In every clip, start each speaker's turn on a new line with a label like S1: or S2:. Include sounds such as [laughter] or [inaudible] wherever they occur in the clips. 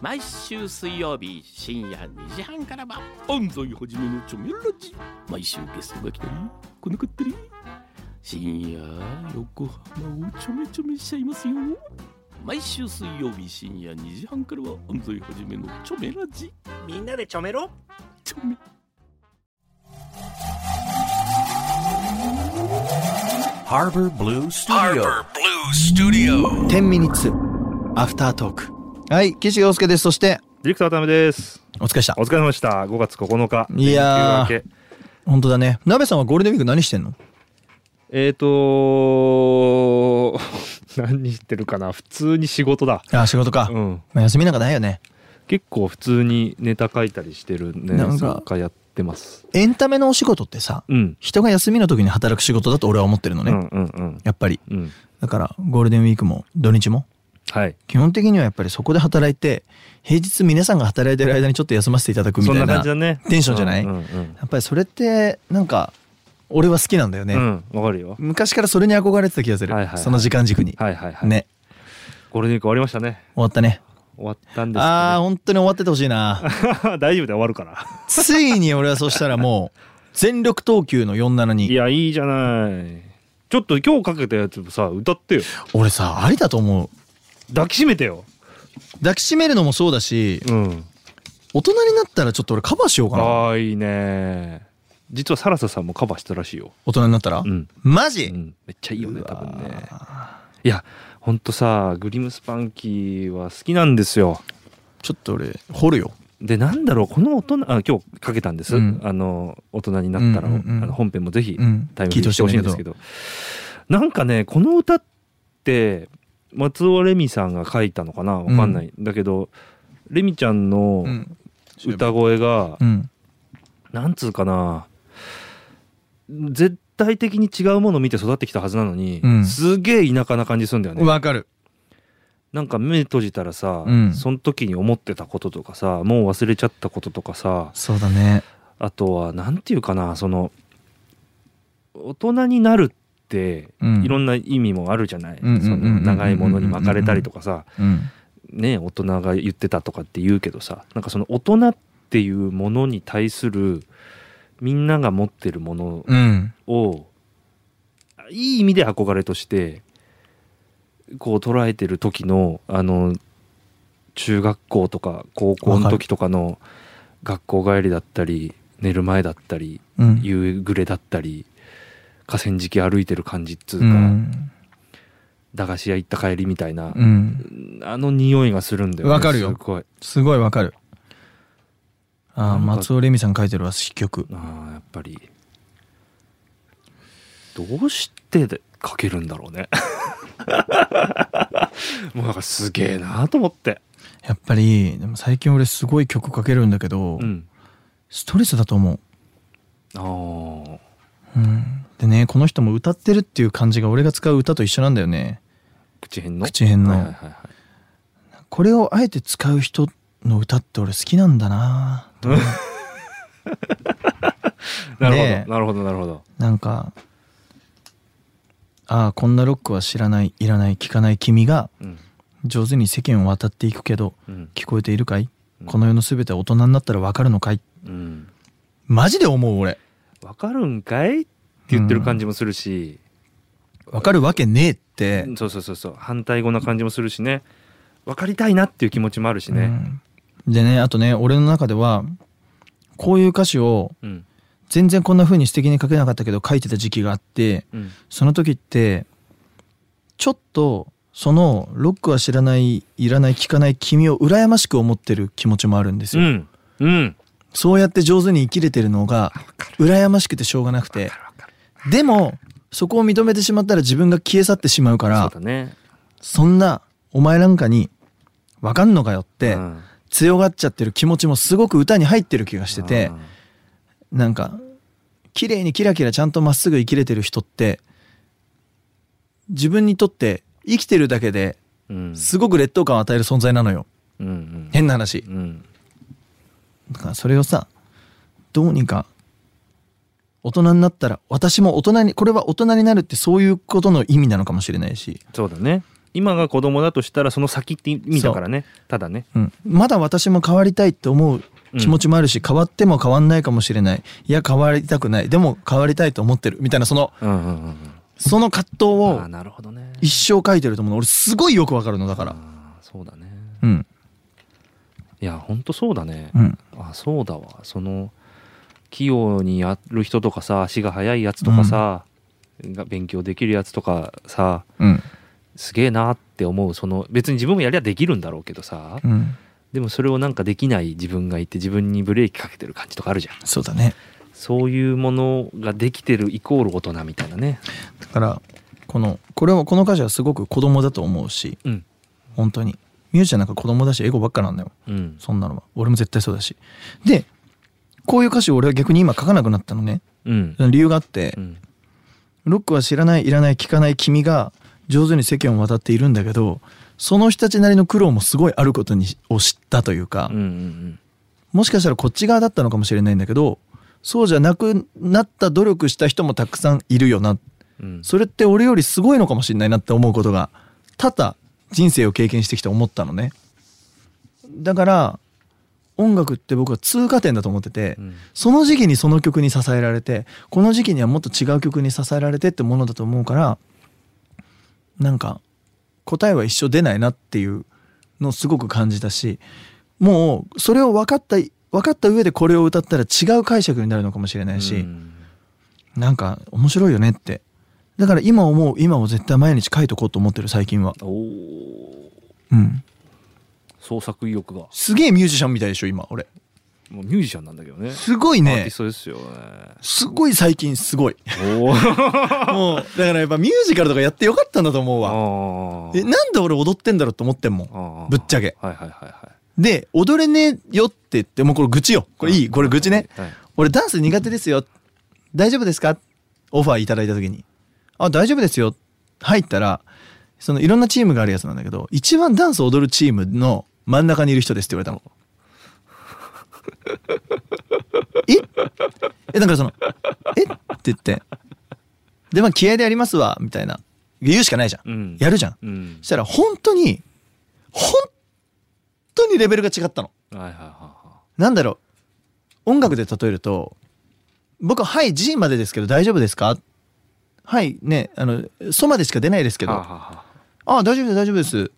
S1: 毎週水曜日深夜2時半からは安西はじめのチョメラジ毎週ゲストが来たり来なかったり深夜横浜をちょめちょめしちゃいますよ毎週水曜日深夜2時半からは安西はじめのチョメラジ
S2: みんなでちょめろ
S1: チョメ
S3: 10ミニッツアフタートークはい岸洋介ですそして
S4: ディレクターためです。
S3: お疲れした
S4: お疲れ様でした。5月9日。
S3: いやー
S4: 連休明け
S3: 本当だね鍋さんはゴールデンウィーク何してんの
S4: えっ、ー、とー [laughs] 何してるかな。普通に仕事だ。
S3: あ仕事か、
S4: うん。
S3: まあ休みなんかないよね
S4: 結構普通にネタ書いたりしてるね。
S3: なんか
S4: なんかやってます。
S3: エンタメのお仕事ってさ
S4: うん。
S3: 人が休みの時に働く仕事だと俺は思ってるの
S4: う
S3: ね、
S4: んうんうん。
S3: やっぱり
S4: うん。
S3: だからゴールデンウィークも土日も
S4: はい。
S3: 基本的にはやっぱりそこで働いて平日皆さんが働いてる間にちょっと休ませていただくみたい
S4: そん
S3: な
S4: な感じだね。
S3: テンションじゃない
S4: うんうんうん
S3: やっぱりそれってなんか俺は好きなんだよね、
S4: うん。わかるよ。
S3: 昔からそれに憧れてた気がする、
S4: はいはいはい
S3: その時間軸に、
S4: はいはいはい。。
S3: ね
S4: ゴールデンウィーク終わりましたね。
S3: 終わったね
S4: 終わったんです
S3: ああ本当に終わっててほしいな
S4: [laughs] けど。大丈夫で終わるから。
S3: ついに俺はそしたらもう全力投球の47
S4: い
S3: に
S4: や、いいじゃない。ちょっと今日かけたやつさ、歌ってよ。
S3: 俺さありだと思う
S4: 抱きしめてよ。
S3: 抱きしめるのもそうだし
S4: うん。
S3: 大人になったらちょっと俺カバーしようかな
S4: ああいいね実はサラサさんもカバーしたらしいよ、
S3: 大人になったら、
S4: うん
S3: マ
S4: う
S3: ジ、
S4: ん、めっちゃいいよね多分ね
S3: あ
S4: いやほんとさグリムスパンキーは好きなんですよ
S3: ーちょっと俺掘るよ
S4: でなんだろうこの大人あ今日かけたんです、
S3: うん
S4: あの大人になったら、
S3: うんうんうん
S4: あの本編もぜひ
S3: うん
S4: タイムリーしてほしいんですけど,、なんかねこの歌って松尾レミさんが書いたのかなわかんない、だけどレミちゃんの
S3: うん
S4: 歌声が、
S3: うん
S4: なんつうかな絶対的に違うものを見て育ってきたはずなのに、
S3: うん
S4: すげえ田舎な感じするんだよね
S3: わかる
S4: なんか目閉じたらさ、
S3: うん
S4: その時に思ってたこととかさもう忘れちゃったこととかさ
S3: そうだね
S4: あとはなんていうかなその大人になるって
S3: うん
S4: いろんな意味もあるじゃない、
S3: うん
S4: その
S3: うんうんうん
S4: 長いものに巻かれたりとかさ、
S3: うん
S4: ね、大人が言ってたとかって言うけどさなんかその大人っていうものに対するみんなが持ってるもの
S3: うん
S4: をいい意味で憧れとしてこう捉えてる時のあの中学校とか高校の時とかの学校帰りだったり寝る前だったり
S3: うん
S4: 夕暮れだったり河川敷歩いてる感じっつう
S3: う
S4: か、
S3: ん
S4: 駄菓子屋行った帰りみたいな、
S3: うん
S4: あの匂いがするんだよね
S3: わかるよ
S4: すごい
S3: すごいわかるあ
S4: な
S3: あ
S4: んか
S3: 松尾レミさん書いてるわ詩曲
S4: ああやっぱりどうしてで書けるんだろうね [laughs] もうなんかすげえなと思って
S3: やっぱりでも最近俺すごい曲書けるんだけど、
S4: うん
S3: ストレスだと思う、
S4: あー
S3: うん、でねこの人も歌ってるっていう感じが俺が使う歌と一緒なんだよね
S4: 口変の
S3: 口変の、
S4: はいはいはいはい
S3: これをあえて使う人の歌って俺好きなんだなと思う
S4: なるほど、
S3: ねえ
S4: なるほどなるほど
S3: なんかああこんなロックは知らないいらない聞かない君が
S4: うん
S3: 上手に世間を渡っていくけど
S4: うん
S3: 聞こえているかい、
S4: うん
S3: この世の全ては大人になったらわかるのかい
S4: うん
S3: マジで思う俺
S4: わかるんかいって言ってる感じもするし、
S3: わかるわけねえって、
S4: そうそうそうそう反対語な感じもするしねわかりたいなっていう気持ちもあるしね
S3: うんでねあとね俺の中ではこういう歌詞を
S4: うん
S3: 全然こんな風に素敵に書けなかったけど書いてた時期があって
S4: うん
S3: その時ってちょっとそのロックは知らないいらない聞かない君を羨ましく思ってる気持ちもあるんです
S4: う
S3: よ、
S4: んうん
S3: そうやって上手に生きれてるのが羨ましくてしょうがなくてでもそこを認めてしまったら自分が消え去ってしまうか
S4: そう
S3: ら
S4: だね
S3: そんなお前なんかに分かんのかよって、
S4: うん
S3: 強がっちゃってる気持ちもすごく歌に入ってる気がしてて
S4: うん
S3: なんか綺麗にキラキラちゃんとまっすぐ生きれてる人って自分にとって生きてるだけで
S4: うん
S3: すごく劣等感を与える存在なのよ
S4: うんうん
S3: 変な話
S4: うん
S3: だからそれをさどうにか大人になったら私も大人にこれは大人になるってそういうことの意味なのかもしれないし
S4: そうだね今が子供だとしたらその先って意味だからねただね、
S3: うん、まだ私も変わりたいって思う
S4: うん
S3: 気持ちもあるし、変わっても変わんないかもしれないいや変わりたくないでも変わりたいと思ってるみたいなその
S4: うんうんうんうん
S3: その葛藤
S4: あ
S3: を
S4: あなるほどね
S3: 一生書いてると思うの俺すごいよくわかるのだから
S4: あーそうだね
S3: うん
S4: いやほんとそうだね
S3: うん
S4: あそうだわその器用にやる人とかさ足が速いやつとかさ、が勉強できるやつとかさ
S3: うん
S4: すげえなって思うその別に自分もやりゃできるんだろうけどさ、
S3: うん
S4: でもそれをなんかできない自分がいて自分にブレーキかけてる感じとかあるじゃん
S3: そうだね
S4: そういうものができてるイコール大人みたいなね
S3: だからこのこれはこの歌詞はすごく子供だと思うし
S4: うん
S3: 本当にミュージシャンなんか子供だしエゴばっかなんだよ
S4: うん
S3: そんなのは俺も絶対そうだしでこういう歌詞を俺は逆に今書かなくなったのね
S4: うん
S3: 理由があって
S4: うん
S3: ロックは知らないいらない聞かない君が上手に世間を渡っているんだけどその人たちなりの苦労もすごいあることにを知ったというか
S4: うんうん
S3: もしかしたらこっち側だったのかもしれないんだけどそうじゃなくなった努力した人もたくさんいるよな
S4: うん
S3: それって俺よりすごいのかもしれないなって思うことが多々人生を経験してきて思ったのねだから音楽って僕は通過点だと思ってて、
S4: うん
S3: その時期にその曲に支えられてこの時期にはもっと違う曲に支えられてってものだと思うからなんか答えは一緒出ないなっていうのをすごく感じたしもうそれを分かった分かった上でこれを歌ったら違う解釈になるのかもしれないし、
S4: うん
S3: なんか面白いよねってだから今思う今を絶対毎日書いとこうと思ってる最近は、
S4: おお
S3: うん、
S4: 創作意欲がも
S3: すげえミュージシャンみたいでしょ今俺
S4: うミュージシャンなんだけどね
S3: すごい
S4: アーテ
S3: ね
S4: ィストですよね
S3: すごい最近すごい
S4: お
S3: もうだからやっぱミュージカルとかやってよかったんだと思うわ
S4: お
S3: えなんで俺踊ってんだろうと思ってんもんぶっちゃけ
S4: はいはいはいは
S3: で踊れねえよって言ってもうこれ愚痴よこれいいこれ愚痴ね
S4: いはい
S3: 俺ダンス苦手ですよ大丈夫ですかオファーいただいた時に「あ大丈夫ですよ」入ったらそのいろんなチームがあるやつなんだけど一番ダンス踊るチームの真ん中にいる人ですって言われたの。ええだからその「えっ?」て言って「でまあ気合でやりますわ」みたいな言うしかないじゃん、
S4: うん
S3: やるじゃん
S4: うん
S3: そしたら本当に本当にレベルが違ったの。
S4: はいはいはいは
S3: なんだろう音楽で例えると僕は「はい G までですけど大丈夫ですか?」「はいねあのソまでしか出ないですけ
S4: い
S3: ど
S4: はあ
S3: あ
S4: はあは
S3: あ大丈夫です大丈夫です」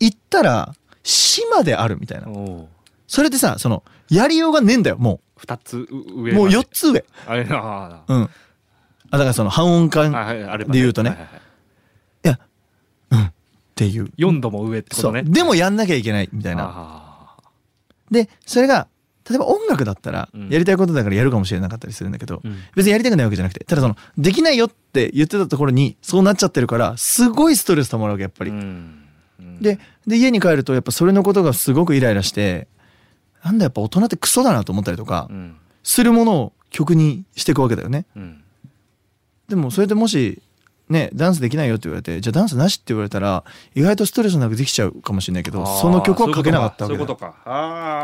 S3: 行ったら「死まであるみたい
S4: あ
S3: な
S4: おー
S3: それでさそのやりようがねえんだよも
S4: 二つう
S3: う
S4: 上
S3: もう
S4: まで
S3: 4つ上
S4: あれな
S3: うんあだからその半音感っ
S4: はいはいあれば
S3: で言うとね
S4: はいはいはい
S3: ていう
S4: 4度も上ってこ
S3: そ
S4: と
S3: う
S4: ね
S3: でもやんなきゃいけないみたいな
S4: ああ
S3: でそれが例えば音楽だったら
S4: うん
S3: やりたいことだからやるかもしれなかったりするんだけど、
S4: うん
S3: 別にやりたくないわけじゃなくてただそのできないよって言ってたところにそうなっちゃってるからすごいストレスたまるわけやっぱり、
S4: うんうん
S3: でで家に帰るとやっぱそれのことがすごくイライラしてなんだやっぱ大人ってクソだなと思ったりとか
S4: うん
S3: するものを曲にしていくわけだよね
S4: うん
S3: でもそれでもしねダンスできないよって言われてじゃあダンスなしって言われたら意外とストレスなくできちゃうかもしれないけど
S4: あー
S3: その曲は書けなかったわけだ
S4: そういうことかそういうことか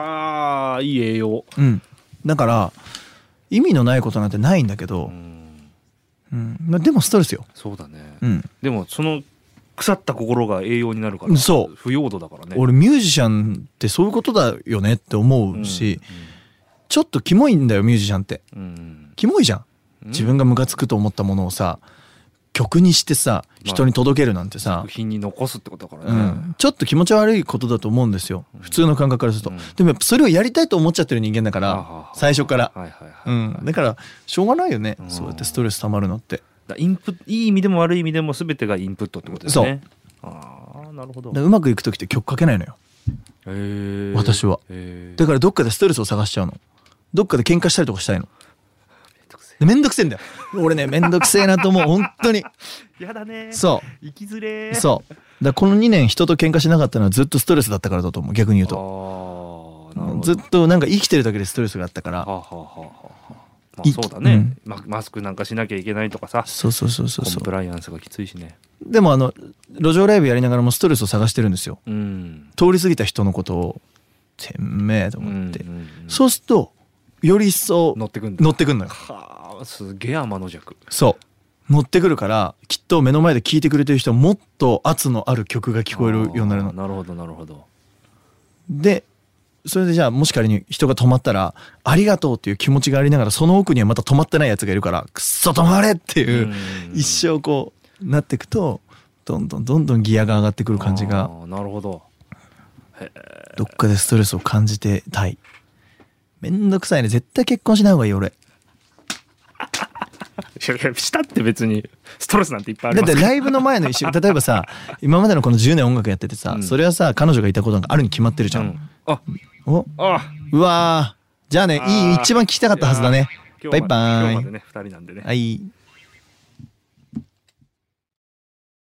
S4: ああいい栄養
S3: うん、だから意味のないことなんてないんだけど
S4: う、ん
S3: うんまあ、でもストレスよ、
S4: そうだね
S3: うん、
S4: でもその腐った心が栄養になるから
S3: そう
S4: 腐葉土だからね
S3: 俺ミュージシャンってそういうことだよねって思うし、ちょっとキモいんだよミュージシャンって
S4: うんうん
S3: キモいじゃん
S4: うん
S3: 自分がムカつくと思ったものをさ曲にしてさ人に届けるなんてさ
S4: 作、品に残すってことだから
S3: う
S4: ね
S3: ん、ちょっと気持ち悪いことだと思うんですよ普通の感覚からすると、
S4: うん
S3: でもやっぱそれをやりたいと思っちゃってる人間だか
S4: あは
S3: ら
S4: は
S3: 最初から、
S4: はいはいは
S3: う
S4: い
S3: ん、だからしょうがないよね、
S4: うん
S3: そうやってストレス溜まるのって
S4: だインプいい意味でも悪い意味でも全てがインプットってことですねああなるほど
S3: だからうまくいく時って曲かけないのよ
S4: へー
S3: 私は
S4: へー
S3: だからどっかでストレスを探しちゃうのどっかで喧嘩したりとかしたいの
S4: めんどくせ
S3: でめんどくせえんだよ俺ねめんどくせえなと
S4: [laughs]
S3: 思う本当に
S4: えやだね
S3: そう
S4: 生きづれ
S3: うそうだからこの2年人と喧嘩しなかったのはずっとストレスだったからだと思う逆に言うと
S4: とああなるほど
S3: ずっとなんか生きてるだけでストレスがあったか
S4: はあ
S3: ら
S4: はあはあはあまあ
S3: い
S4: そうだね、まマスクなんかしなきゃいけないとかさ
S3: そうそうそうそう
S4: コ
S3: そ
S4: ンプライアンスがきついしね
S3: うでもあの路上ライブやりながらもストレスを探してるんですよ
S4: うん
S3: 通り過ぎた人のことをてめえと
S4: うんう
S3: 思っ
S4: ん
S3: て、
S4: うん
S3: そうするとより一層
S4: 乗ってくんだ
S3: 乗ってくんのよ
S4: はあすげえ天の弱
S3: そ乗ってくるからきっと目の前で聴いてくれてる人はもっと圧のある曲が聞こえるようになる
S4: あ
S3: の。
S4: ーなるほどなるほど
S3: でそれでじゃあもし仮に人が止まったら「ありがとう」っていう気持ちがありながらその奥にはまた止まってないやつがいるから「くっそ止まれ!」っていう、一生こうなっていくとどんどんどんどんギアが上がってくる感じ
S4: あ
S3: が
S4: ーなるほど [laughs]
S3: どっかでストレスを感じてたいめんどくさいね絶対結婚しない方がいい俺
S4: いやいやしたって別にストレスなんていっぱいあり
S3: だっ
S4: ます
S3: てライブの前の一週例えば
S4: [laughs]
S3: さ今までのこの10年音楽やっててさ、
S4: うん
S3: それはさ彼女がいたことなんかあるに決まってるじゃ、
S4: うんんあ
S3: お
S4: あ
S3: うわーじゃあね
S4: あ
S3: い
S4: ー
S3: い一番聞きたかったはずだね
S4: 今
S3: バ
S4: 日
S3: イバ
S4: まで今日ま
S3: イ
S4: でね二人なんでね
S3: はい